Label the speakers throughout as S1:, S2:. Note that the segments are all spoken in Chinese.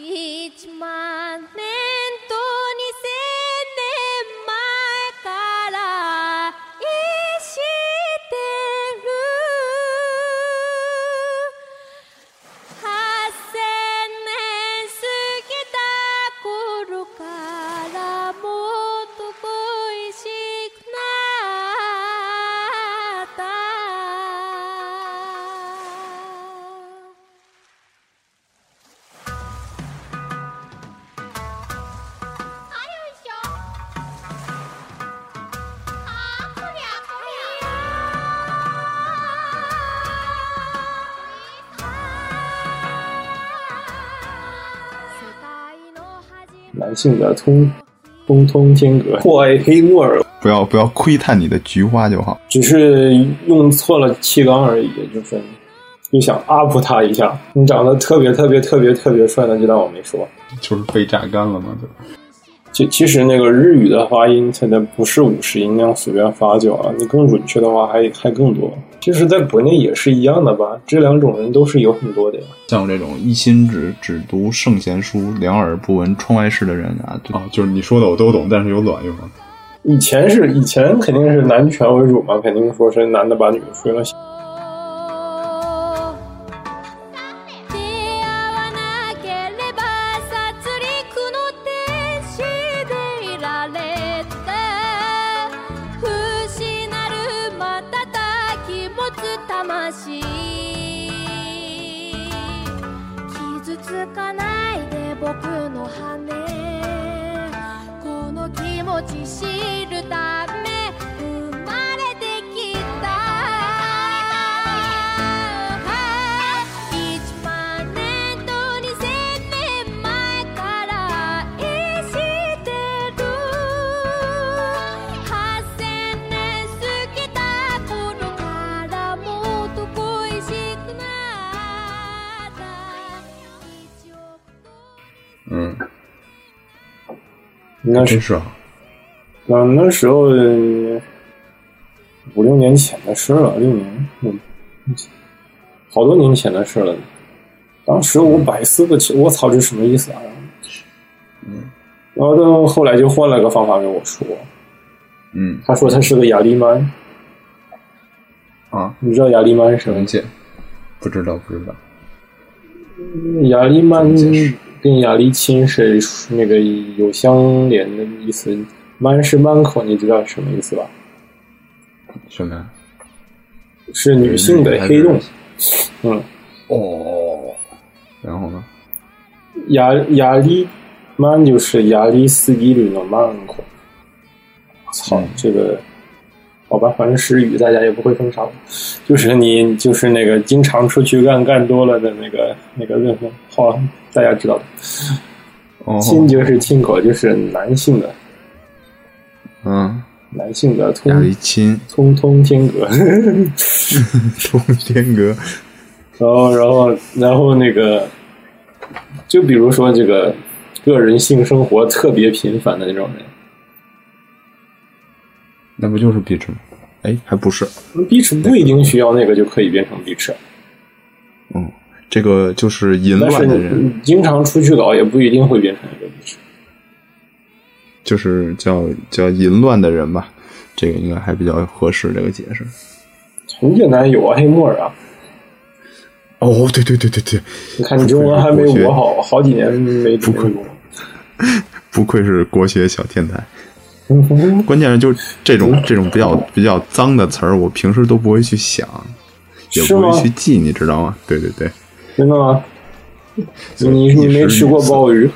S1: 1万年と2000年前から愛してる8000年過ぎた頃からもっと恋しくなった
S2: あよいしょあこりゃこりゃ
S3: 男性的通通通天阁，霍黑木耳，
S4: 不要不要窥探你的菊花就好。
S3: 只是用错了气缸而已，就是就想 up 他一下。你长得特别特别特别特别帅的，就当我没说。
S4: 就是被榨干了嘛，就
S3: 其其实那个日语的发音现在不是五十音那样随便发就啊，你更准确的话还还更多。其实在国内也是一样的吧，这两种人都是有很多的呀。
S4: 像我这种一心只只读圣贤书，两耳不闻窗外事的人啊，就啊，就是你说的我都懂，但是有卵用啊。
S3: 以前是以前肯定是男权为主嘛，肯定说是男的把女的睡了。
S1: 出会わなければ殺戮の天使でいられた不死なる瞬き持つ魂傷つかないで僕の羽この気持ち知るため生まれてきた1万年と2000年前から愛してる8000年過ぎた頃からもっと恋しくなった
S4: 嗯，
S3: 那是
S4: 真是啊，
S3: 那那时候呃五六年前的事了，六年，嗯，好多年前的事了。当时我百思不解，我操，这什么意思啊？
S4: 嗯，
S3: 然后到后来就换了个方法跟我说，
S4: 嗯
S3: 他说他是个雅利曼，
S4: 啊，
S3: 你知道雅利曼是什么
S4: 能
S3: 吗？
S4: 解？不知道不知道，
S3: 雅利曼
S4: 怎么解释
S3: 跟雅利钦是那个有相连的意思，曼是曼口，你知道什么意思吧？
S4: 兄弟，
S3: 是女性的黑洞。嗯，
S4: 哦，然后呢？
S3: 雅雅利曼就是雅利斯基里的曼口。操
S4: 嗯，
S3: 这个好吧，反正时语大家也不会封杀我。就是你就是那个经常出去干干多了的那个那个任何好，大家知道的。
S4: 哦，
S3: 亲就是亲口，就是男性的
S4: 嗯，
S3: 男性的
S4: 雅
S3: 通
S4: 利钦，
S3: 通通天阁。
S4: 通天阁，
S3: 然后，然后，然后那个，就比如说这个个人性生活特别频繁的那种人，
S4: 那不就是 bitch 吗？哎，还不是，
S3: 那 beach 不一定需要那个就可以变成 beach，
S4: 嗯，这个就是淫
S3: 但是
S4: 乱的
S3: 你
S4: 人，
S3: 经常出去搞也不一定会变成一个 beach。
S4: 就是叫叫淫乱的人吧，这个应该还比较合适这个解释。
S3: 很简单，有啊，黑木耳啊，
S4: 哦，对对对对对，
S3: 你看你中文还没
S4: 不是
S3: 我好，好几年没读过。
S4: 不愧是国学小天才。
S3: 嗯
S4: 关键是就这种这种比较比较脏的词儿，我平时都不会去想，也
S3: 是
S4: 不
S3: 吗
S4: 会去记，你知道吗？对对对，
S3: 真的吗？你你没吃过鲍鱼？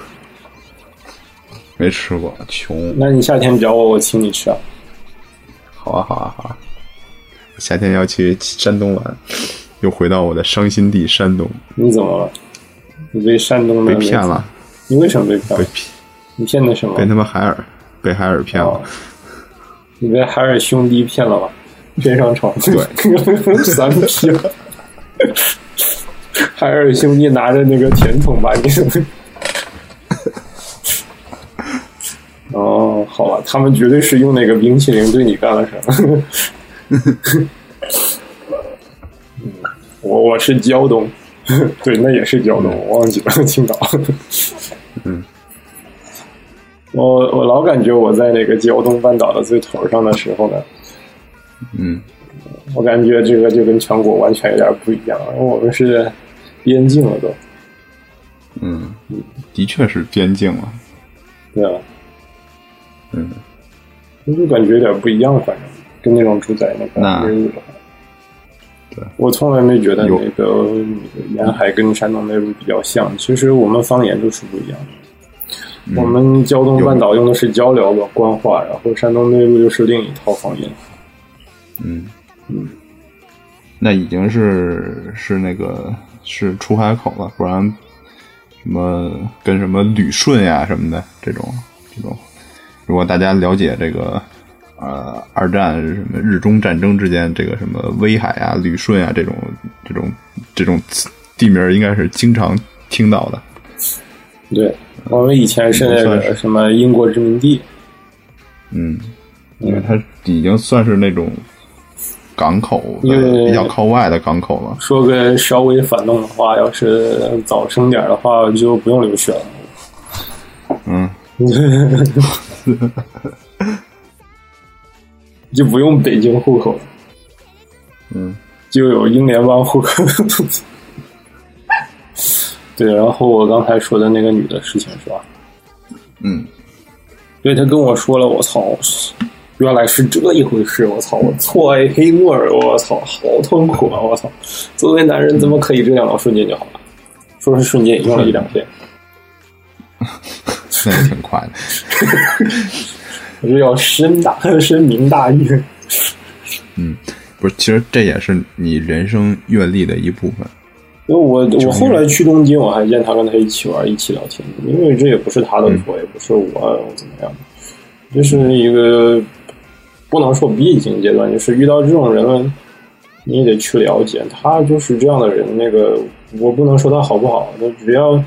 S4: 没吃过，穷。
S3: 那你夏天找我，我请你吃啊。
S4: 好啊好啊好啊，夏天要去山东玩，又回到我的伤心地山东，
S3: 你怎么了？你被山东的
S4: 被骗？了，
S3: 你为什么被骗
S4: 被
S3: 了？
S4: 骗，
S3: 你骗的什么？
S4: 被他妈海尔，被海尔骗了。
S3: 哦你被海尔兄弟骗了吧？骗上床，对， 三 P 了。海尔兄弟拿着那个甜筒把你。哦，好吧，他们绝对是用那个冰淇淋对你干了什么。嗯，嗯 我我是胶东，对，那也是胶东，我忘记了青岛。
S4: 嗯，
S3: 我我老感觉我在那个胶东半岛的最头上的时候呢，
S4: 嗯，
S3: 我感觉这个就跟全国完全有点不一样了，我们是边境了都，
S4: 嗯，的确是边境了，
S3: 对啊，
S4: 嗯，
S3: 我就感觉有点不一样，反正跟那种住在那
S4: 那
S3: 个内陆的
S4: 对
S3: 我从来没觉得
S4: 有
S3: 那个沿海跟山东内陆比较像，其实我们方言就是不一样。
S4: 嗯
S3: 我们胶东半岛用的是交流吧官话，然后山东内陆就是另一套方言。
S4: 嗯，那已经是是那个是出海口了，不然什么跟什么旅顺呀什么的这种这种，如果大家了解这个呃二战什么日中战争之间这个什么威海啊、旅顺啊这种这种这种地名儿，应该是经常听到的。
S3: 对，我们以前是那
S4: 嗯算
S3: 个
S4: 是
S3: 什么英国殖民地，
S4: 嗯，因为它已经算是那种港口的
S3: 因为
S4: 比较靠外的港口了。
S3: 说个稍微反动的话，要是早生点儿的话，就不用留学了。
S4: 嗯，
S3: 就不用北京户口，
S4: 嗯，
S3: 就有英联邦户口。 对，然后我刚才说的那个女的事情是吧？
S4: 嗯，
S3: 对，她跟我说了，我操，原来是这一回事，我操，我错爱黑木耳，我操，好痛苦啊，我操！作为男人，怎么可以这样？瞬间就好了，说是瞬间，也用了一两天，
S4: 那也挺快的。
S3: 我就要深大 深明大义。
S4: 不是，其实这也是你人生阅历的一部分。
S3: 因为我我后来去东京，我还见他跟他一起玩，一起聊天，因为这也不是他的错，也不是我我怎么样的，就是一个不能说必经阶段，就是遇到这种人了，你也得去了解，他就是这样的人。那个我不能说他好不好，那只要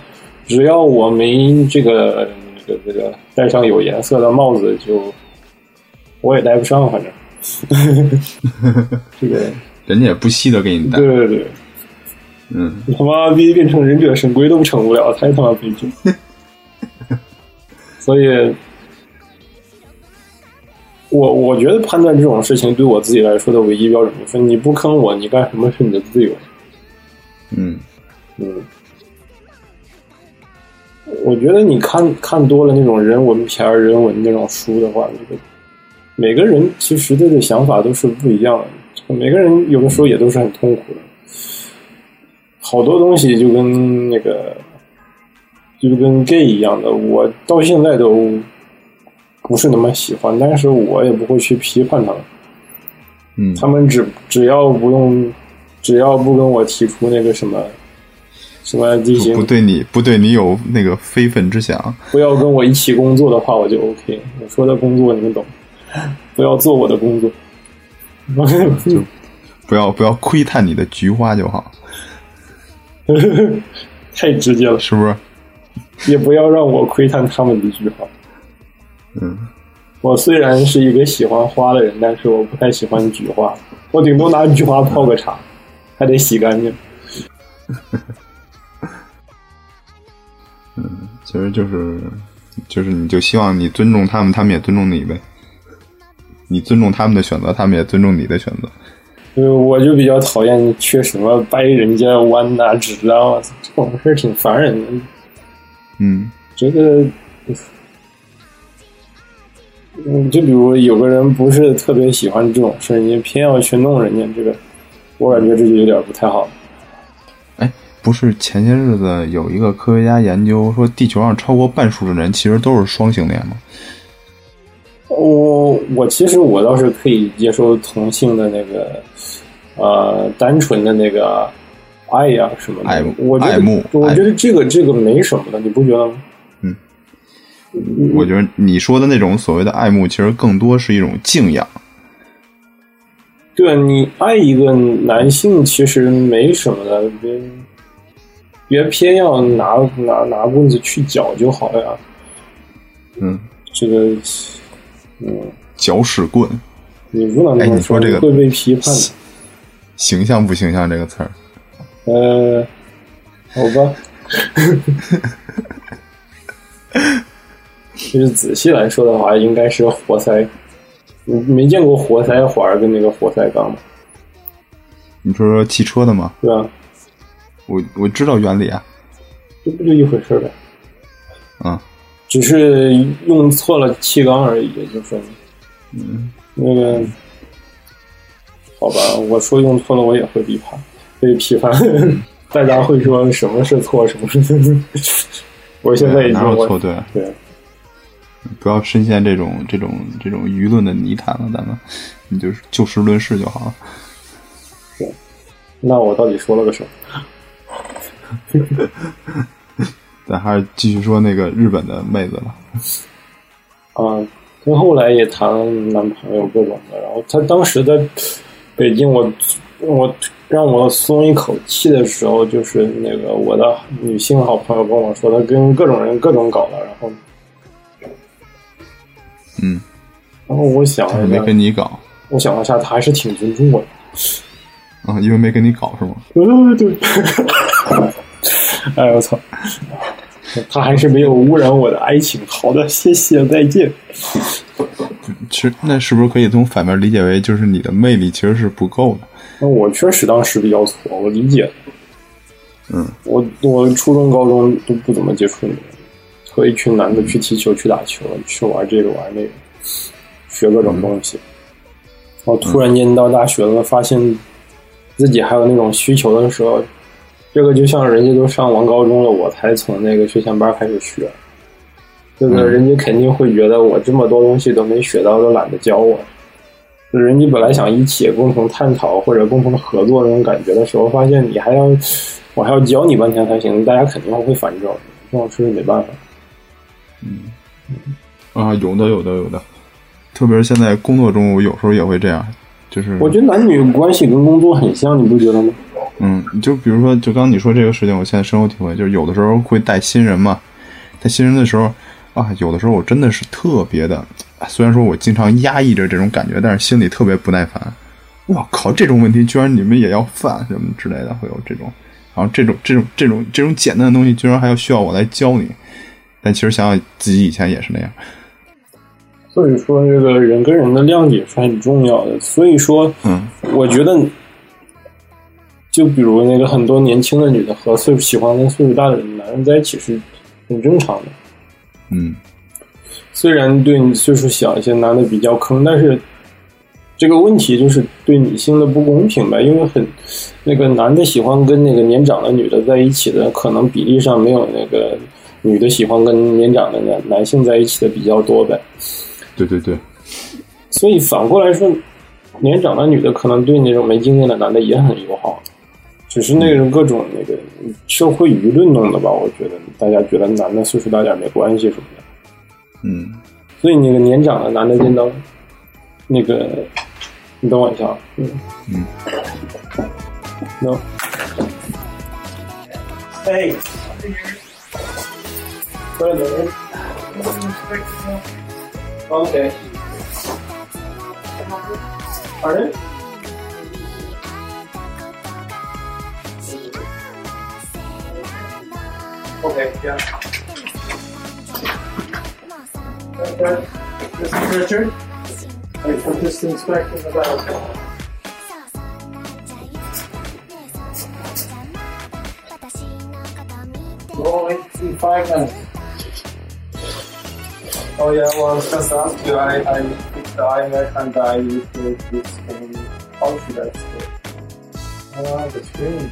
S3: 只要我没这个这个这个戴上有颜色的帽子就，我也戴不上，反正这个
S4: 人家也不惜的给你带，
S3: 对对对。
S4: 嗯，
S3: 他妈逼变成忍者神龟都成不了，太他妈悲 剧。所以，我我觉得判断这种事情对我自己来说的唯一标准就是：你不坑我，你干什么是你的自由。
S4: 嗯，
S3: 嗯，我觉得你看看多了那种人文片儿、人文那种书的话，那个每个人其实对这想法都是不一样的，每个人有的时候也都是很痛苦的。好多东西就跟那个，就跟 gay 一样的，我到现在都不是那么喜欢，但是我也不会去批判他们。
S4: 嗯，
S3: 他们只只要不用，只要不跟我提出那个什么什么地
S4: 不
S3: 形
S4: 不，对你不对你有那个非分之想，
S3: 不要跟我一起工作的话，我就 OK。我说的工作你们懂，不要做我的工作。
S4: 不要不要窥探你的菊花就好，
S3: 太直接了，
S4: 是不是？
S3: 也不要让我窥探他们的句号。
S4: 嗯，
S3: 我虽然是一个喜欢花的人，但是我不太喜欢菊花，我顶多拿菊花泡个茶，还得洗干净。
S4: 其实就是就是你就希望你尊重他们，他们也尊重你呗。你尊重他们的选择，他们也尊重你的选择。
S3: 就是我就比较讨厌缺什么掰人家弯呐、直啊，我操，这种事儿挺烦人的。
S4: 嗯
S3: 觉得，嗯，就比如有个人不是特别喜欢这种事，你偏要去弄人家这个，我感觉这就有点不太好。
S4: 哎，不是前些日子有一个科学家研究说，地球上超过半数的人其实都是双性恋嘛。
S3: 我我其实我倒是可以接受同性的那个，呃，单纯的那个爱呀、什么的。
S4: 爱慕
S3: 我觉得
S4: 爱慕
S3: 我觉得这个这个没什么的，你不觉得吗？
S4: 我觉得你说的那种所谓的爱慕，其实更多是一种敬仰。
S3: 对你爱一个男性其实没什么的，别别偏要拿拿拿棍子去绞就好了呀。
S4: 嗯，
S3: 这个，嗯，
S4: 搅屎棍，
S3: 你不能
S4: 哎
S3: 这么
S4: 你说这个
S3: 会被批判的。
S4: 形象不形象这个词儿，
S3: 呃， 好吧，其实仔细来说的话，应该是活塞。你没见过活塞环跟那个活塞钢吗？
S5: 你说说汽车的吗？
S3: 对吧？
S5: 我我知道原理啊，
S3: 这不就一回事儿呗？
S5: 嗯，
S3: 只是用错了气缸而已，就是，嗯，那个，好吧，我说用错了，我也会批判，被批 判，大家会说什么是错，什么是， 我现在已
S5: 哪
S3: 经
S5: 有错
S3: 我
S5: 对？
S3: 对，
S5: 不要深陷这种这种这种舆论的泥潭了，咱们你就是就事论事就好了。
S3: 那我到底说了个什么？
S5: 咱还是继续说那个日本的妹子吧。
S3: 啊，她后来也谈男朋友各种的，然后她当时在北京我，我让我松一口气的时候，就是那个我的女性好朋友跟我说，她跟各种人各种搞了，然后，
S5: 嗯，
S3: 然后我想
S5: 但
S3: 了
S5: 是没
S3: 一下，
S5: 跟你搞
S3: 我想了一下，她还是挺尊重我的。
S5: 啊，因为没跟你搞是吗？
S3: 嗯，对。哎，我操！她还是没有污染我的爱情。好的，谢谢，再见。
S5: 其实那是不是可以从反面理解为，就是你的魅力其实是不够的？
S3: 那我确实当时比较挫，我理解。
S5: 嗯，
S3: 我我初中、高中都不怎么接触女人，和一群男的去踢球、去打球、去玩这个玩那个，学各
S5: 嗯
S3: 种东西。然后突然间到大学了，发现自己还有那种需求的时候，这个就像人家都上完高中了，我才从那个学前班开始学。这个
S5: 嗯
S3: 人家肯定会觉得我这么多东西都没学到，都懒得教我。就是人家本来想一起共同探讨或者共同合作那种感觉的时候，发现你还要我还要教你半天才行，大家肯定会反正，那我是没办法。
S5: 啊，有的，有的，有的。特别是现在工作中，我有时候也会这样，就是
S3: 我觉得男女关系跟工作很像，你不觉得吗？
S5: 嗯，就比如说，就刚你说这个事情，我现在深有体会，就是有的时候会带新人嘛，带新人的时候啊，有的时候我真的是特别的，啊虽然说我经常压抑着这种感觉，但是心里特别不耐烦。我靠，这种问题居然你们也要犯什么之类的，会有这种，然后这种这种这种这种简单的东西，居然还要需要我来教你。但其实想想自己以前也是那样，
S3: 所以说，这个人跟人的谅解是很重要的。所以说，
S5: 嗯
S3: 我觉得，就比如那个很多年轻的女的和岁数喜欢跟岁数大的男人在一起是很正常的。
S5: 嗯
S3: 虽然对你岁数小一些，男的比较坑，但是这个问题就是对女性的不公平吧？因为很那个男的喜欢跟那个年长的女的在一起的，可能比例上没有那个女的喜欢跟年长的男男性在一起的比较多呗。
S5: 对对对，
S3: 所以反过来说，年长的女的可能对那种没经验的男的也很友好，只是那种各种那个社会舆论弄的吧。我觉得大家觉得男的岁数大点没关系什么的。
S5: 嗯
S3: 所以那个年长的男的见到那个，你等我一下，啊，嗯
S5: 嗯，
S3: 那、哎，过来，OK，好嘞。OK，这样。This is Richard. I am just inspecting the battlefield. Rolling in five minutes. Oh yeah, well, I was just asked you, I, I picked the iMac and I used the this um, country that's good. Ah, the screen.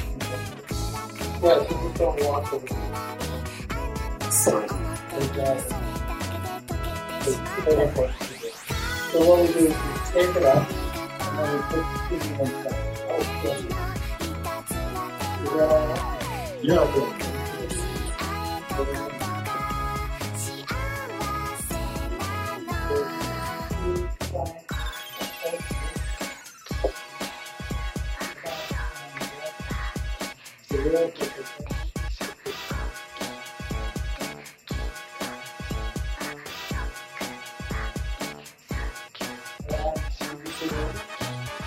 S3: Yeah, people don't want them. So what we do is we take it up and then we put it in the back. Yeah, okay.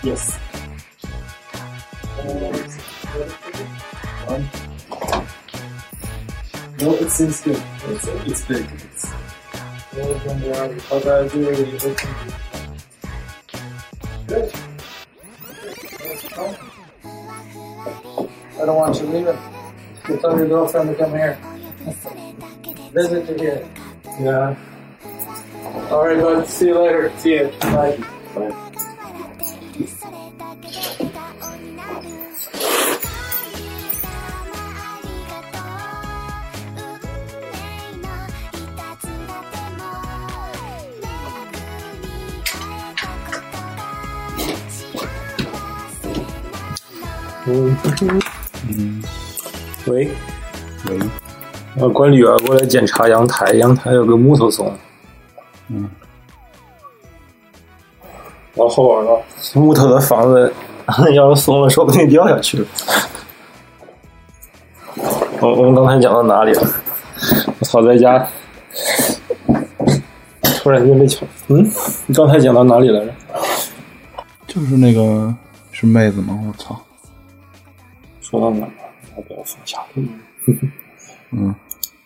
S3: Yes. One. No, it seems good. It's, it's big. It's... Good.
S6: I don't want you to leave it. You tell your girlfriend to come here. Visit you here.
S3: Yeah.
S6: All right, bud. See you later. See you. Bye.
S3: 嗯
S4: 嗯，
S3: 喂，
S4: 喂，
S3: 呃，管理员过来检查阳台，阳台有个木头松。
S4: 嗯，
S3: 老好玩了，木头的房子 要是松了，说不定掉下去了。我我们刚才讲到哪里了？我操，在家突然间被抢。嗯，你刚才讲到哪里来着？
S4: 就是那个是妹子吗？我操，
S3: 说到哪儿了？要不要放下？
S4: 嗯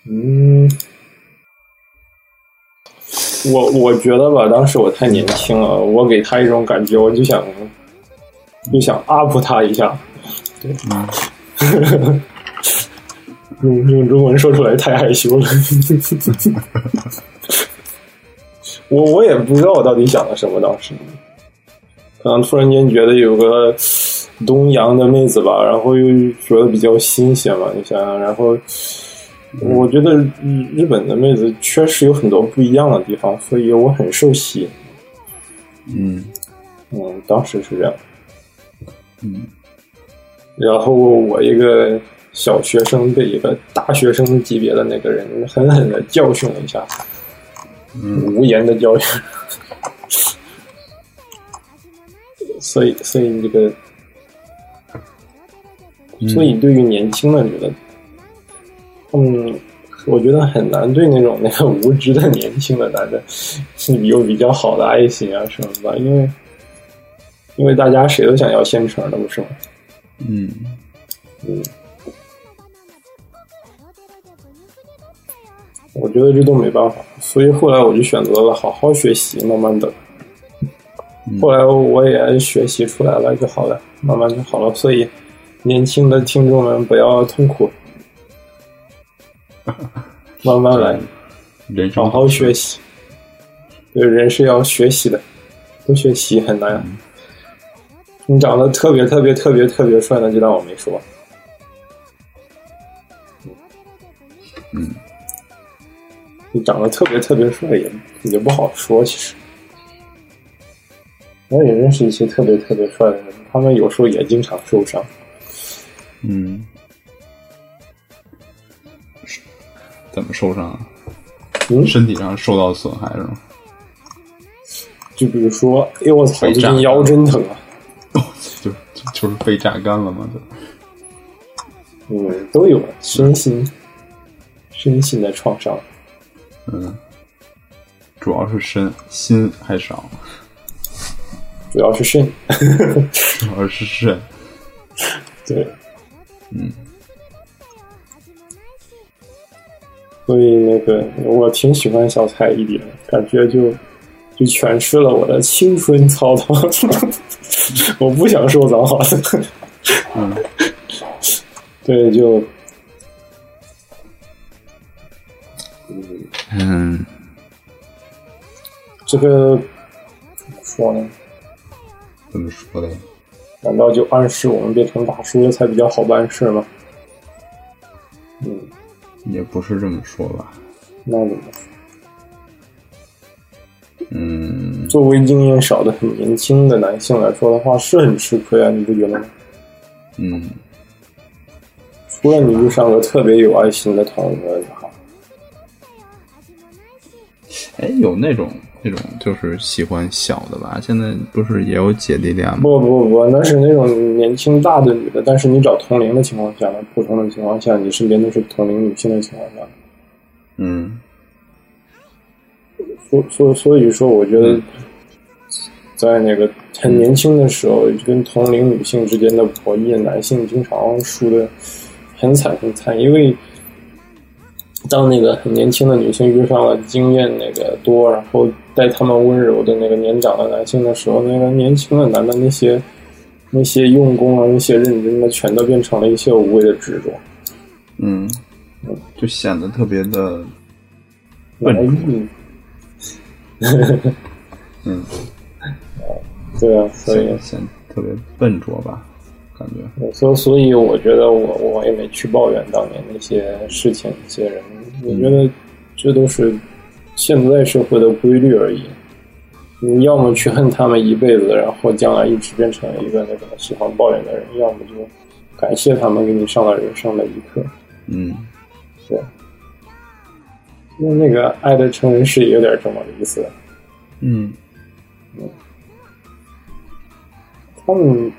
S3: 嗯，我我觉得吧，当时我太年轻了，我给他一种感觉，我就想就想 up 他一下，
S4: 嗯，
S3: 用用中文说出来太害羞了。我我也不知道我到底想的什么，当时可能突然间觉得有个东洋的妹子吧，然后又觉得比较新鲜嘛，你想想，然后我觉得日日本的妹子确实有很多不一样的地方，所以我很受吸引。
S4: 嗯
S3: 嗯，当时是这样。
S4: 嗯，
S3: 然后我一个小学生被一个大学生级别的那个人狠狠的教训了一下，
S4: 嗯
S3: 无言的教训。 所以，所以这个，所以对于年轻的女的，嗯，我觉得很难对那种那 个无知的年轻的男的有比较好的爱心啊什么吧，因为因为大家谁都想要现成的，不是吗？
S4: 嗯，
S3: 我觉得这都没办法，所以后来我就选择了好好学习，慢慢等。后来我也学习出来了就好了，慢慢就好了。所以，年轻的听众们不要痛苦，慢慢来，
S4: 人生
S3: 好好学习。对，人是要学习的，不学习很难。你长得特别特别特别特别帅那就当我没说。
S4: 嗯
S3: 你长得特别特别帅也也不好说，其实。我也认识一些特别特别帅的人，他们有时候也经常受伤。
S4: 嗯，怎么受伤啊？
S3: 嗯，
S4: 身体上受到损害是吗？
S3: 就比如说，哎呦我操，
S4: 被
S3: 最
S4: 炸
S3: 近腰真疼啊！
S4: 就就就是被榨干了嘛，就
S3: 嗯，都有身心、身心的创伤。
S4: 嗯，主要是身心还少，
S3: 主要是肾。
S4: 主要是肾，
S3: 对，
S4: 嗯
S3: 所以那个我挺喜欢小菜一碟的，感觉就就诠释了我的青春操劳。 我不想说脏话。
S4: 嗯
S3: 对，就
S4: 嗯
S3: 这个怎么说呢？
S4: 怎么说的呀？
S3: 难道就暗示我们变成大叔了才比较好办事吗？嗯，
S4: 也不是这么说吧，
S3: 那怎么说？
S4: 嗯，
S3: 作为经验少的、很年轻的男性来说的话，是很吃亏啊，你不觉得吗？
S4: 嗯，
S3: 除了你遇上个特别有爱心的同学就好。
S4: 哎，有那种这种就是喜欢小的吧。现在不是也有姐弟恋吗？
S3: 不不不，那是那种年轻大的女的，但是你找同龄的情况下，普通的情况下，你身边都是同龄女性的情况下，
S4: 嗯
S3: 所所所以说，我觉得在那个很年轻的时候，跟同龄女性之间的博弈，男性经常输的很惨很惨，因为当那个很年轻的女性遇上了经验那个多，然后待他们温柔的那个年长的男性的时候，那个年轻的男的那些那些用功啊，那些认真的，全都变成了一些无谓的执着，
S4: 嗯，就显得特别的笨
S3: 来硬。
S4: 嗯，
S3: 对啊，所以
S4: 显显得特别笨拙吧，感觉
S3: 所所以我觉得我我也没去抱怨当年那些事情、那些人，我觉得这都是现在社会的规律而已。你要么去恨他们一辈子，然后将来一直变成一个那种喜欢抱怨的人；要么就感谢他们给你上了人生的一课。
S4: 嗯。
S3: 对，那那个《爱的成人式》也有点这么个意思。
S4: 嗯
S3: 他们，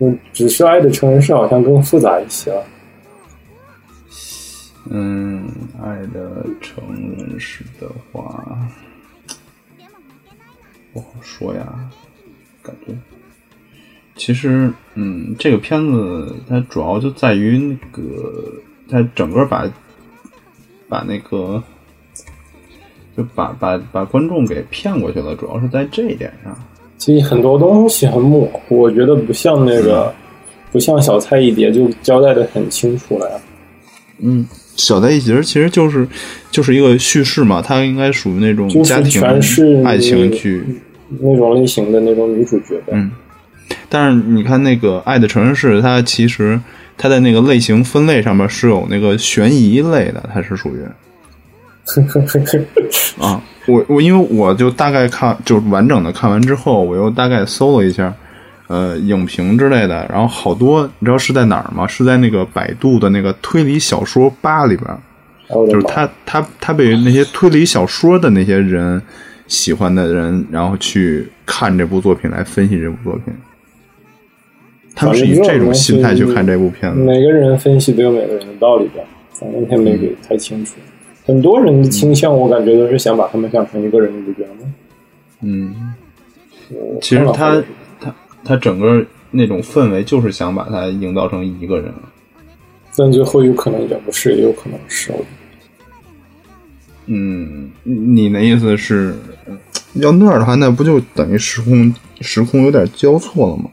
S3: 嗯，只是《爱的成人式》好像更复杂一些了。
S4: 嗯，爱的成人式的话，不好说呀，感觉。其实，嗯，这个片子它主要就在于那个，它整个把把那个就把把把观众给骗过去了，主要是在这一点上。
S3: 其实很多东西很模糊，我觉得不像那
S4: 嗯
S3: 个，不像小菜一碟就交代的很清楚了呀。
S4: 嗯，小在一起其实就是就是一个叙事嘛，它应该属于那种
S3: 就是
S4: 家庭
S3: 全是
S4: 爱情剧。
S3: 那种类型的那种女主角的，
S4: 嗯但是你看那个《爱的成人式》，它其实它在那个类型分类上面是有那个悬疑类的，它是属于啊，我我因为我就大概看就完整的看完之后，我又大概搜了一下，呃，影评之类的，然后好多你知道是在哪儿吗？是在那个百度的那个推理小说吧里边儿，
S3: 然后我的
S4: 就是
S3: 妈
S4: 他他他被那些推理小说的那些人喜欢的人，然后去看这部作品来分析这部作品。他们是以这种心态去看这部片子，
S3: 每个人分析都有每个人的道理吧，反正也没给太清楚。很多人的倾向，我感觉都是想把他们想成一个人物主角嘛。
S4: 嗯，
S3: 我
S4: 其实
S3: 看了好
S4: 他
S3: 多
S4: 他他整个那种氛围就是想把它营造成一个人，
S3: 但最后有可能也不是，也有可能是。我
S4: 嗯，你的意思是，呃要那样的话，那不就等于时空时空有点交错了吗？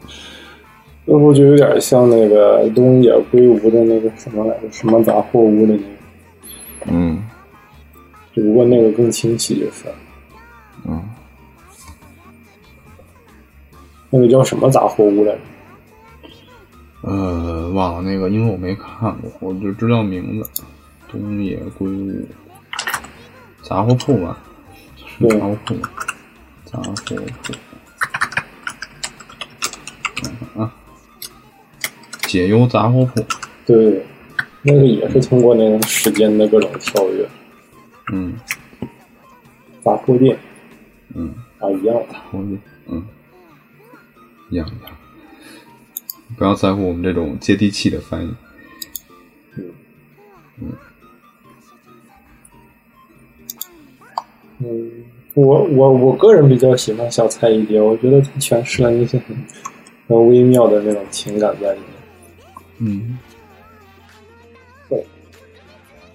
S3: 那不就有点像那个东野圭吾的那个什么来着，什么杂货屋的那个。
S4: 嗯，
S3: 只不过那个更清晰就是。
S4: 嗯。
S3: 那个叫什么杂货屋来着？
S4: 呃，忘了那个，因为我没看过，我就知道名字，东野圭吾，杂货铺吧，是杂货铺，杂货铺，看看啊，解忧杂货铺，
S3: 对对对，那个也是通过那个时间的各种跳跃，
S4: 嗯，
S3: 杂货店，
S4: 嗯，
S3: 啊一样的。
S4: 我也嗯，一样一样，不要在乎我们这种接地气的翻译，
S3: 嗯，我我我个人比较喜欢小菜一碟，我觉得它诠释了那些很很微妙的那种情感在里面。
S4: 嗯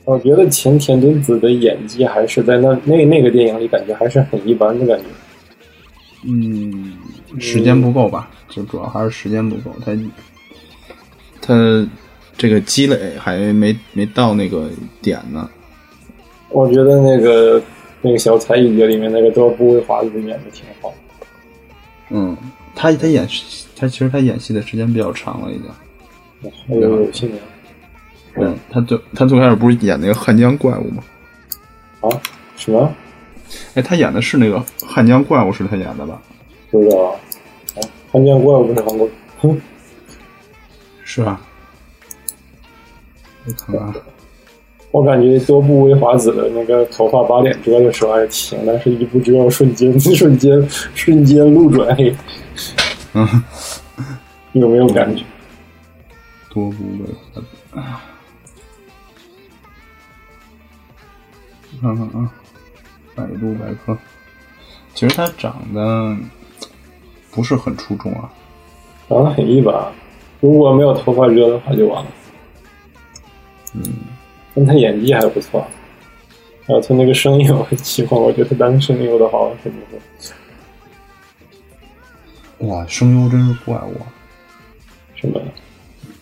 S3: 我觉得前田敦子的演技还是在那那那个电影里感觉还是很一般的感觉。
S4: 嗯，时间不够吧，就主要还是时间不够。他他这个积累还没没到那个点呢。
S3: 我觉得那个那个小菜一碟里面那个多布卫华子演的挺好。
S4: 嗯，他他演他其实他演戏的时间比较长了，已经。
S3: 还有有些年
S4: 对，他最他最开始不是演那个汉江怪物吗？
S3: 啊，什么
S4: 哎，他演的是那个汉江怪物，是他演的吧？
S3: 不知道啊？啊，汉江怪物不是韩国？哼，
S4: 是吧？我看看啊，
S3: 忘我感觉多部未华子的那个头发把脸遮的时候还行，但是一不遮瞬间瞬间瞬间路转黑，
S4: 嗯，
S3: 有没有感觉？
S4: 多嗯不为华子。看看啊，百度百科，其实他长得不是很出众啊，
S3: 长得很一般，如果没有头发遮的话就完了。嗯，但他演技还不错，还有他那个声音我很喜欢，我觉得他当声优的好很不错。
S4: 哇，声优真是怪我，
S3: 什么？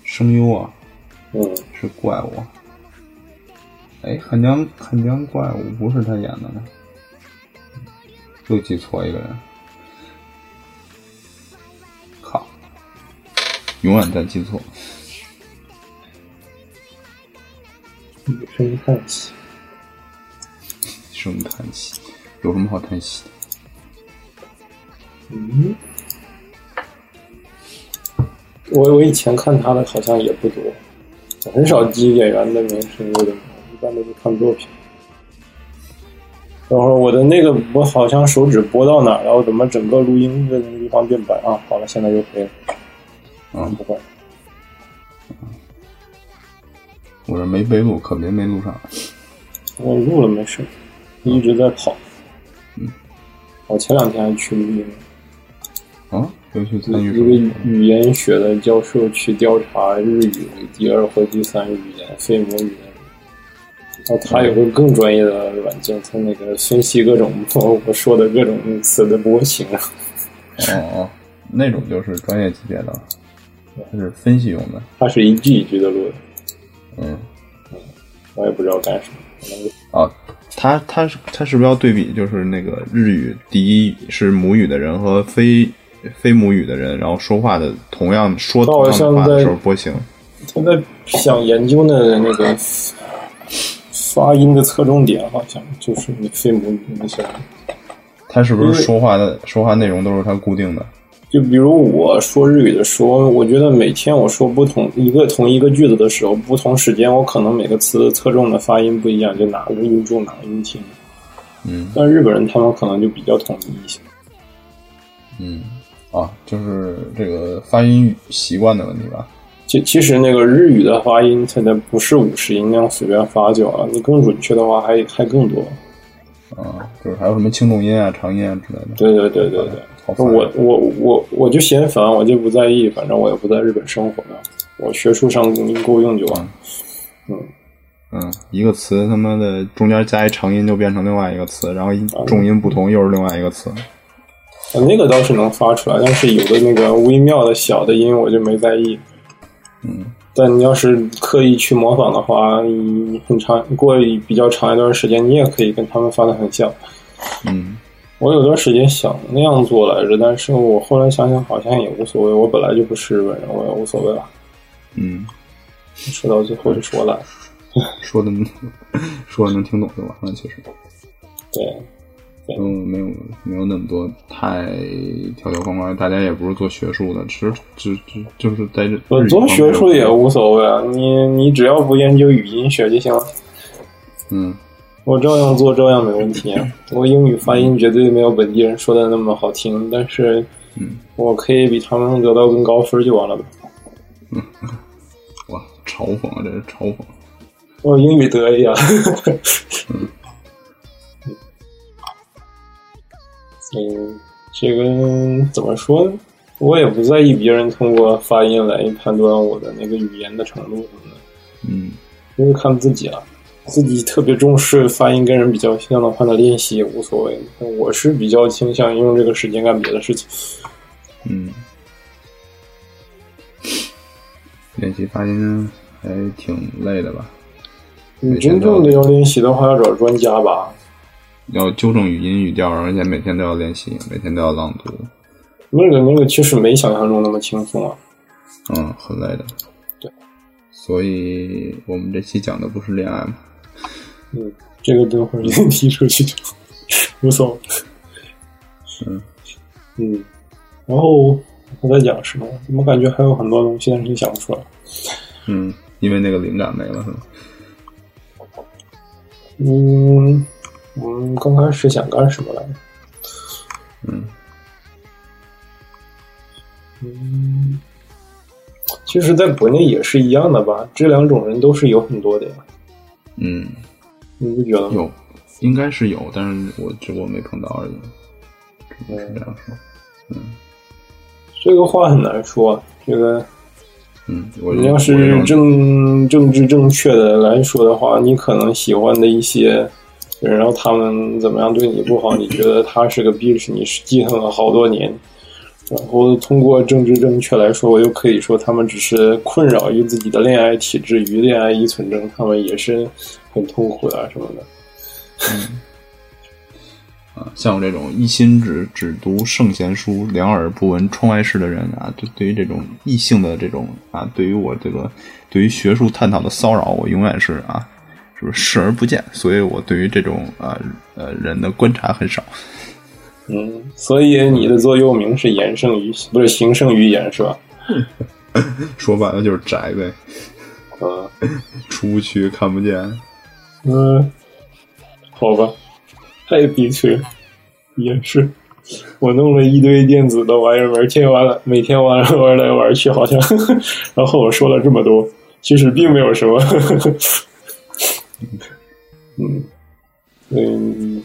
S4: 声优啊
S3: 嗯，
S4: 是怪我。哎，汉江汉江怪物不是他演的吗？又记错一个人，靠，永远在记错。
S3: 女生叹息。
S4: 声音叹息，有什么好叹息的？
S3: 嗯，我我以前看他的好像也不多，我很少记演员的名声优的名，一般都是看作品。等会儿我的那个我好像手指拨到哪儿了？我怎么整个录音的那个地方变白啊？好了，现在又回了，
S4: 啊，
S3: 不会。
S4: 我这没备录，可别没录上。
S3: 我录了没事，一直在跑。我前两天还去录音了。
S4: 啊，又去参与
S3: 一个
S4: 什么活动
S3: 语言学的教授去调查日语第二或第三语言非母语言，然后他有个更专业的软件，他那个分析各种我我说的各种词的模型，
S4: 哦哦，那种就是专业级别的，它是分析用的。
S3: 他是一句一句的录的，
S4: 嗯，
S3: 我也不知道干什么。可能
S4: 哦，他他是他是不是要对比，就是那个日语第一是母语的人和非非母语的人，然后说话的同样说
S3: 那我
S4: 同样的话
S3: 现在
S4: 的时候波形。
S3: 他在想研究的那个发音的侧重点，好像就是你非母语那些。
S4: 他是不
S3: 因为
S4: 是说话的说话内容都是他固定的？
S3: 就比如我说日语的时候，我觉得每天我说不同一个同一个句子的时候，不同时间我可能每个词侧重的发音不一样，就哪个音重哪个音轻。
S4: 嗯
S3: 但日本人他们可能就比较统一一些。
S4: 嗯，啊，就是这个发音习惯的问题吧。
S3: 其其实那个日语的发音，它的不是五十音那样随便发就完了，你更准确的话还还更多。
S4: 啊，就是还有什么轻重音啊、长音啊之类的。
S3: 对对对对对。
S4: 好烦啊
S3: 我我我我就嫌烦，我就不在意，反正我也不在日本生活了，我学术上够用就完。
S4: 嗯，一个词他妈的中间加一长音就变成另外一个词，然后一
S3: 哦
S4: 重音不同又是另外一个词。
S3: 呃那个倒是能发出来，但是有的那个微妙的小的音我就没在意。
S4: 嗯，
S3: 但你要是刻意去模仿的话，你很长过一比较长一段时间，你也可以跟他们发的很像。
S4: 嗯
S3: 我有段时间想那样做来着，但是我后来想想好像也无所谓，我本来就不是日本人，我也无所谓了。
S4: 嗯，
S3: 说到最后就是我懒，
S4: 说的说的能听懂就完了，其实
S3: 对，
S4: 没有没有没有那么多太条条框框，大家也不是做学术的，其实只只就是在这
S3: 我做学术也无所谓啊，你你只要不研究语音学就行了，
S4: 嗯
S3: 我照样做，照样没问题啊。我英语发音绝对没有本地人说的那么好听，但是
S4: 嗯，
S3: 我可以比他们得到更高分就完了呗。
S4: 哇嘲讽啊，这是嘲讽。
S3: 我英语得意啊，所以嗯这个怎么说呢？我也不在意别人通过发音来判断我的那个语言的程度什么的，
S4: 嗯
S3: 就是看自己了。啊自己特别重视发音跟人比较像的话呢，练习也无所谓。我是比较倾向于用这个时间干别的事情。
S4: 嗯，练习发音还挺累的吧？
S3: 你真正的要练习的话，要找专家吧。
S4: 要纠正语音语调，而且每天都要练习，每天都要朗读，
S3: 那个那个其实没想象中那么轻松啊。
S4: 嗯，很累的。
S3: 对，
S4: 所以我们这期讲的不是恋爱嘛？
S3: 嗯，这个等会儿先踢出去就好，无所谓。
S4: 嗯
S3: 嗯，然后我在讲什么？怎么感觉还有很多东西，但是想不出来。
S4: 嗯，因为那个灵感没了是吗？
S3: 嗯，我们刚开始想干什么来着？
S4: 嗯
S3: 嗯，其实，在国内也是一样的吧，这两种人都是有很多的呀，
S4: 嗯，
S3: 你不觉得吗？
S4: 有，应该是有，但是我只不过没碰到而已，只能是这样说。
S3: 嗯这个话很难说，这个
S4: 嗯，我
S3: 你要是政政治正确的来说的话，你可能喜欢的一些人，然后他们怎么样对你不好，你觉得他是个 bitch，你记恨了好多年，然后通过政治正确来说，我又可以说他们只是困扰于自己的恋爱体质与恋爱依存症，他们也是很痛苦的啊什么的。
S4: 啊，像我这种一心只只读圣贤书、两耳不闻窗外事的人啊，对对于这种异性的这种啊，对于我这个对于学术探讨的骚扰，我永远是啊，就是视而不见。所以我对于这种啊呃人的观察很少。
S3: 嗯，所以你的座右铭是言胜于不是行胜于言是吧？
S4: 说白了就是宅呗，
S3: 嗯
S4: 出不去，看不见。
S3: 嗯，好吧，太憋屈了，也是。我弄了一堆电子的玩意儿，每天玩了，每天玩了玩来玩去，好像。 然后我说了这么多，其实并没有什么。 嗯嗯，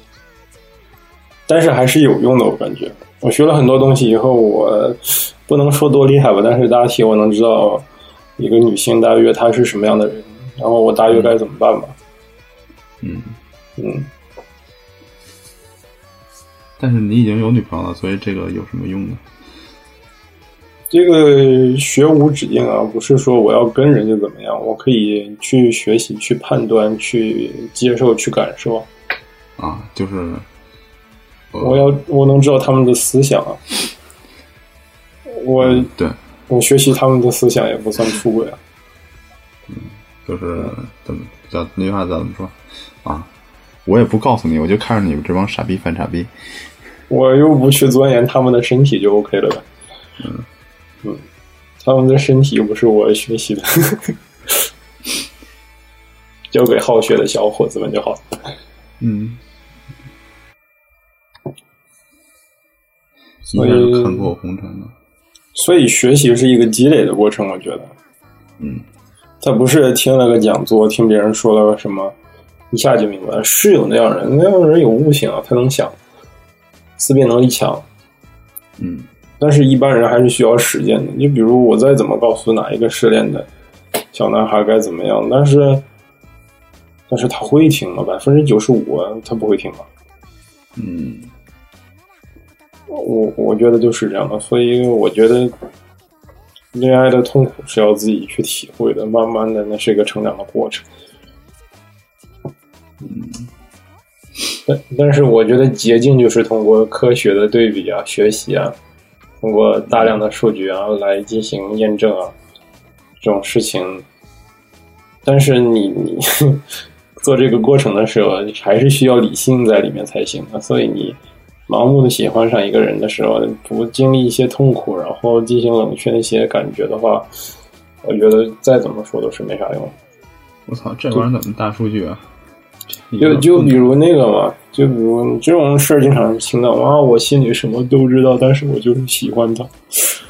S3: 但是还是有用的，我感觉。我学了很多东西以后，我不能说多厉害吧，但是大体我能知道一个女性大约她是什么样的人，然后我大约该怎么办吧。
S4: 嗯，
S3: 嗯，
S4: 但是你已经有女朋友了，所以这个有什么用呢？
S3: 这个学无止境啊，不是说我要跟人家怎么样，我可以去学习、去判断、去接受、去感受。
S4: 啊，就是呃
S3: 我要我能知道他们的思想啊，我
S4: 嗯对，
S3: 我学习他们的思想也不算出轨啊。
S4: 就是怎么叫那句话怎么说啊？我也不告诉你，我就看着你们这帮傻逼犯傻逼。
S3: 我又不去钻研他们的身体就 OK 了呗。嗯他们的身体又不是我学习的， 交给好学的小伙子们就好。
S4: 嗯，一
S3: 所
S4: 下就看
S3: 以，
S4: 破红尘了。
S3: 所以学习是一个积累的过程，我觉得。
S4: 嗯，
S3: 他不是听了个讲座，听别人说了个什么，一下就明白了。是有那样人，那样人有悟性啊，他能想，思辨能力强，
S4: 嗯
S3: 但是一般人还是需要实践的。你比如我再怎么告诉哪一个失恋的小男孩该怎么样，但是，但是他会听吗？百分之九十五啊他不会听吗？
S4: 嗯
S3: 我我觉得就是这样的，所以我觉得恋爱的痛苦是要自己去体会的，慢慢的那是一个成长的过程。嗯但但是我觉得捷径就是通过科学的对比啊、学习啊，通过大量的数据啊来进行验证啊，这种事情。但是你你 做这个过程的时候，还是需要理性在里面才行的。所以你盲目的喜欢上一个人的时候，不经历一些痛苦，然后进行冷却一些感觉的话，我觉得再怎么说都是没啥用的。
S4: 我操，这玩意儿怎么大数据啊？
S3: 就
S4: 嗯
S3: 就比如那个嘛，就比如这种事儿经常听到啊，我心里什么都知道，但是我就是喜欢他，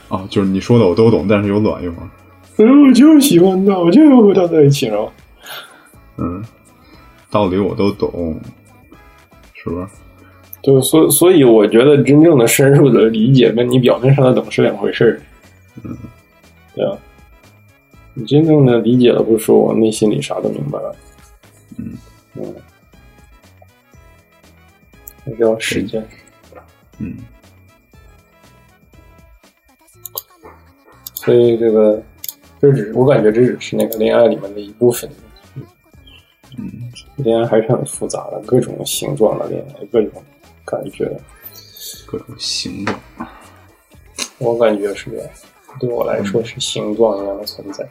S4: 哦，就是你说的我都懂，但是有卵用啊。
S3: 哎，我就是喜欢他，我就要和他在一起然后
S4: 嗯，道理我都懂，是不是？
S3: 对，所所以我觉得真正的深入的理解跟你表面上的懂是两回事儿。嗯，对啊，你真正的理解了，不是说我内心里啥都明白了。
S4: 嗯
S3: 嗯，还是要实践。
S4: 嗯
S3: 所以这个，这只我感觉这只是那个恋爱里面的一部分。
S4: 嗯
S3: 恋爱还是很复杂的，各种形状的恋爱，各种感觉，
S4: 各种形状。
S3: 我感觉是这样。对我来说是形状一样的存在，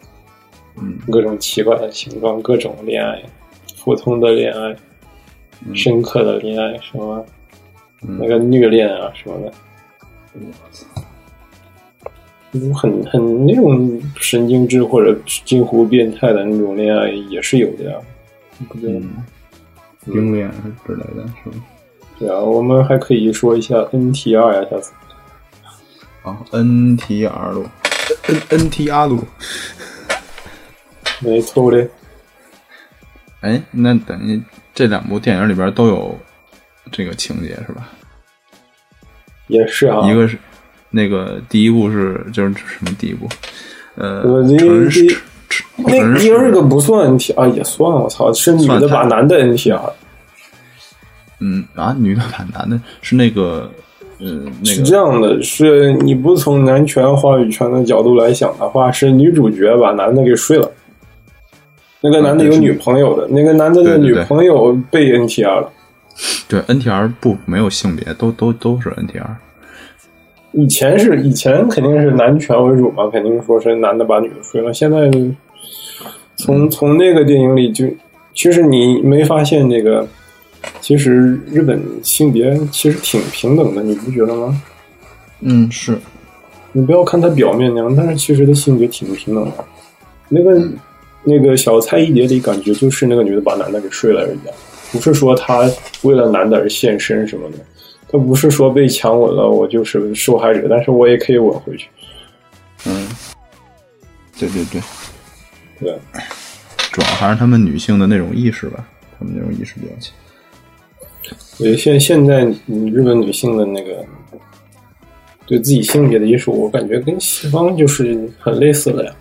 S4: 嗯
S3: 各种奇怪的形状，各种恋爱，普通的恋爱，
S4: 嗯
S3: 深刻的恋爱，什么
S4: 嗯
S3: 那个虐恋啊什么的，
S4: 我操，
S3: 那种很很那种神经质或者近乎变态的那种恋爱也是有的呀，你不觉得吗？
S4: 嗯冰恋之类的，是吧？
S3: 对啊，我们还可以说一下 NTR 呀，下次
S4: 啊，N T R 路，N N T R 路，
S3: 没错的。
S4: 哎，那等于这两部电影里边都有这个情节是吧？
S3: 也是啊，
S4: 一个是那个呃第一部是就是什么第一部，呃，
S3: 我第
S4: 纯是
S3: 第那第二个不算 NTR 也算，我操，是女的
S4: 算
S3: 把
S4: 他
S3: 男的 NTR，
S4: 嗯啊，女的版男的是那个嗯那
S3: 是
S4: 个
S3: 这样的，是你不从男权话语权的角度来想的话，是女主角把男的给睡了。那个男
S4: 啊
S3: 的有女朋友的，那个男的的
S4: 对对
S3: 女
S4: 对
S3: 朋友被 NTR 了。
S4: 对 N T R 不没有性别，都都都是 N T R。
S3: 以前是以前肯定是男权为主嘛，肯定说是男的把女的睡了。现在从从那个电影里就，其实你没发现那个，其实日本性别其实挺平等的，你不觉得吗？
S4: 嗯，是
S3: 你不要看他表面那样，但是其实他性别挺平等的。那个、那个小菜一碟里，感觉就是那个女的把男的给睡了而已啊，不是说她为了男的而献身什么的。她不是说被强吻了，我就是受害者，但是我也可以吻回去。
S4: 对对对，
S3: 对，
S4: 主要还是他们女性的那种意识吧，他们那种意识比较强。
S3: 所以现现在嗯日本女性的那个对自己性别的意识，我感觉跟西方就是很类似的呀。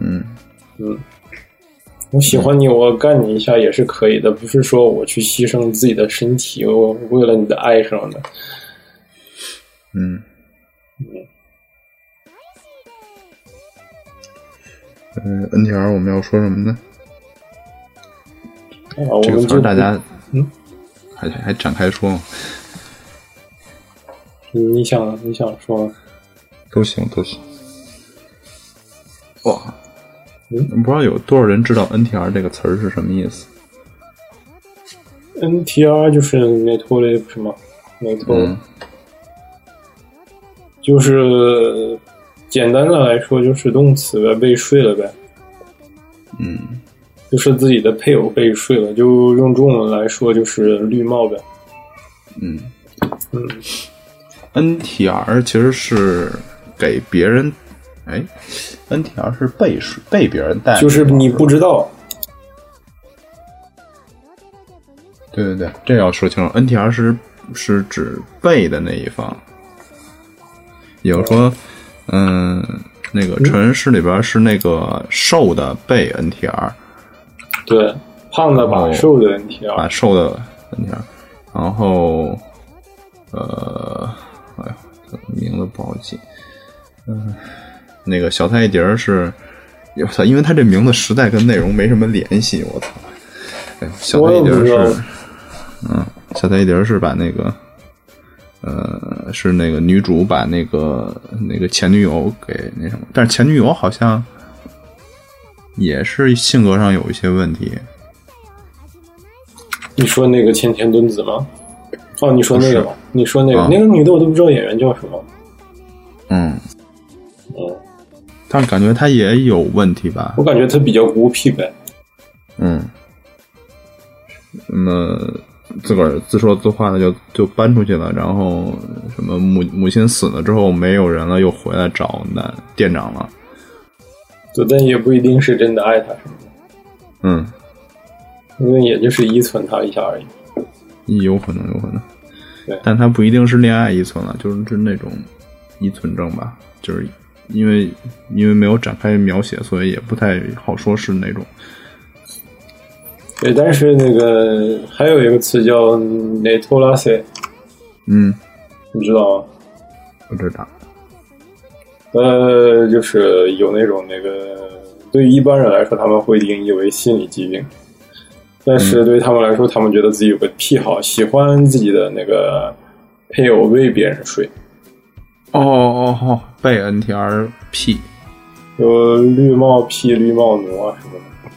S4: 嗯，
S3: 我喜欢你，我干你一下也是可以的，不是说我去牺牲自己的身体，我为了你的爱什么的。
S4: 嗯，呃，NTR 我们要说什么呢？
S3: 啊，我
S4: 这个
S3: 们
S4: 词
S3: 就
S4: 儿大家
S3: 嗯
S4: 还还展开说吗？
S3: 你你想你想说，
S4: 都行都行。哇，
S3: 嗯
S4: 不知道有多少人知道 NTR 这个词儿是什么意思？
S3: NTR 就是 n e t o l i 是吗 n e t o
S4: 嗯
S3: 就是简单的来说就是动词呗，被睡了呗。
S4: 嗯
S3: 就是自己的配偶被睡了，就用中文来说就是绿帽呗。
S4: 嗯
S3: 嗯，
S4: ，NTR 其实是给别人，哎，NTR 是被睡被别人带，
S3: 就是你不知道，
S4: 对对对，这要说清楚。NTR 是是指被的那一方，也就是说，嗯，那个成人式里边是那个瘦的被 NTR，
S3: 对，胖的把
S4: 哦
S3: 瘦的 NTR，、
S4: 把瘦的 NTR，然后呃，哎呀，这名字不好记，嗯、那个小菜一碟儿是，我操，因为他这名字实在跟内容没什么联系，我操，哎，小
S3: 我
S4: 菜
S3: 也
S4: 一碟
S3: 不
S4: 儿
S3: 知道
S4: 是。小菜一碟儿是把那个，呃，是那个女主把那个那个前女友给那什么，但是前女友好像也是性格上有一些问题，
S3: 你说那个前田敦子吗？哦，你说那个
S4: 不
S3: 吧，你说那个、
S4: 啊
S3: 那个女的我都不知道演员叫什么。
S4: 嗯，哦
S3: 嗯，
S4: 但是感觉她也有问题吧
S3: 我，感觉她比较孤僻呗。
S4: 嗯，那么自个儿自说自话的就就搬出去了，然后什么母母亲死了之后没有人了，又回来找那店长了，
S3: 对，但也不一定是真的爱她什么的，
S4: 嗯，
S3: 因为也就是依存她一下而已。
S4: 有可能，有可能
S3: 对，
S4: 但他不一定是恋爱依存了，就是就是那种依存症吧，就是因为因为没有展开描写，所以也不太好说是哪种。
S3: 对，但是那个还有一个词叫 n e t o l a s e
S4: 嗯，
S3: 你知道吗？
S4: 不知道。
S3: 呃，就是有那种那个，对于一般人来说，他们会定义为心理疾病，但是对于他们来说，他们觉得自己有个癖好，喜欢自己的那个配偶为别人睡。
S4: 哦哦哦，被 NTR P，
S3: 有绿帽癖、绿帽奴啊什么的，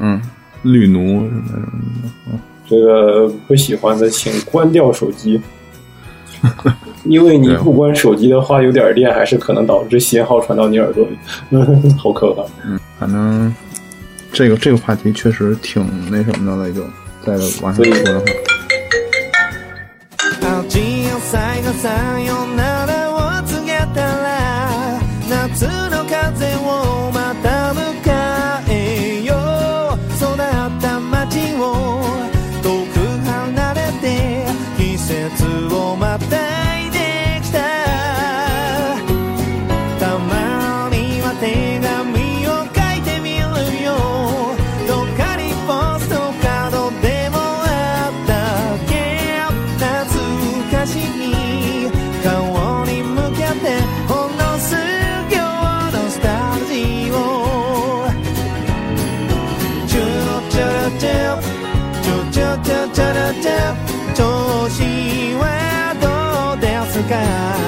S4: 嗯，绿奴什么什么的，
S3: 这个不喜欢的请关掉手机， 因为你不关手机的话，有点电还是可能导致信号传到你耳朵里， 好可怕。
S4: 反正这个这个话题确实挺那什么的了，已经。再往上说的话，
S7: 青い最後さよならを告げたら夏の風をまた迎えよう育った街を遠く離れて季節をまたいできたたまには手紙を書いてみるよどっかにポストカードでもあったっけ懐かしい顔に向けてほんの数行のスタジオチュルチュルチュルチュルチュルチュルチュル調子はどうですか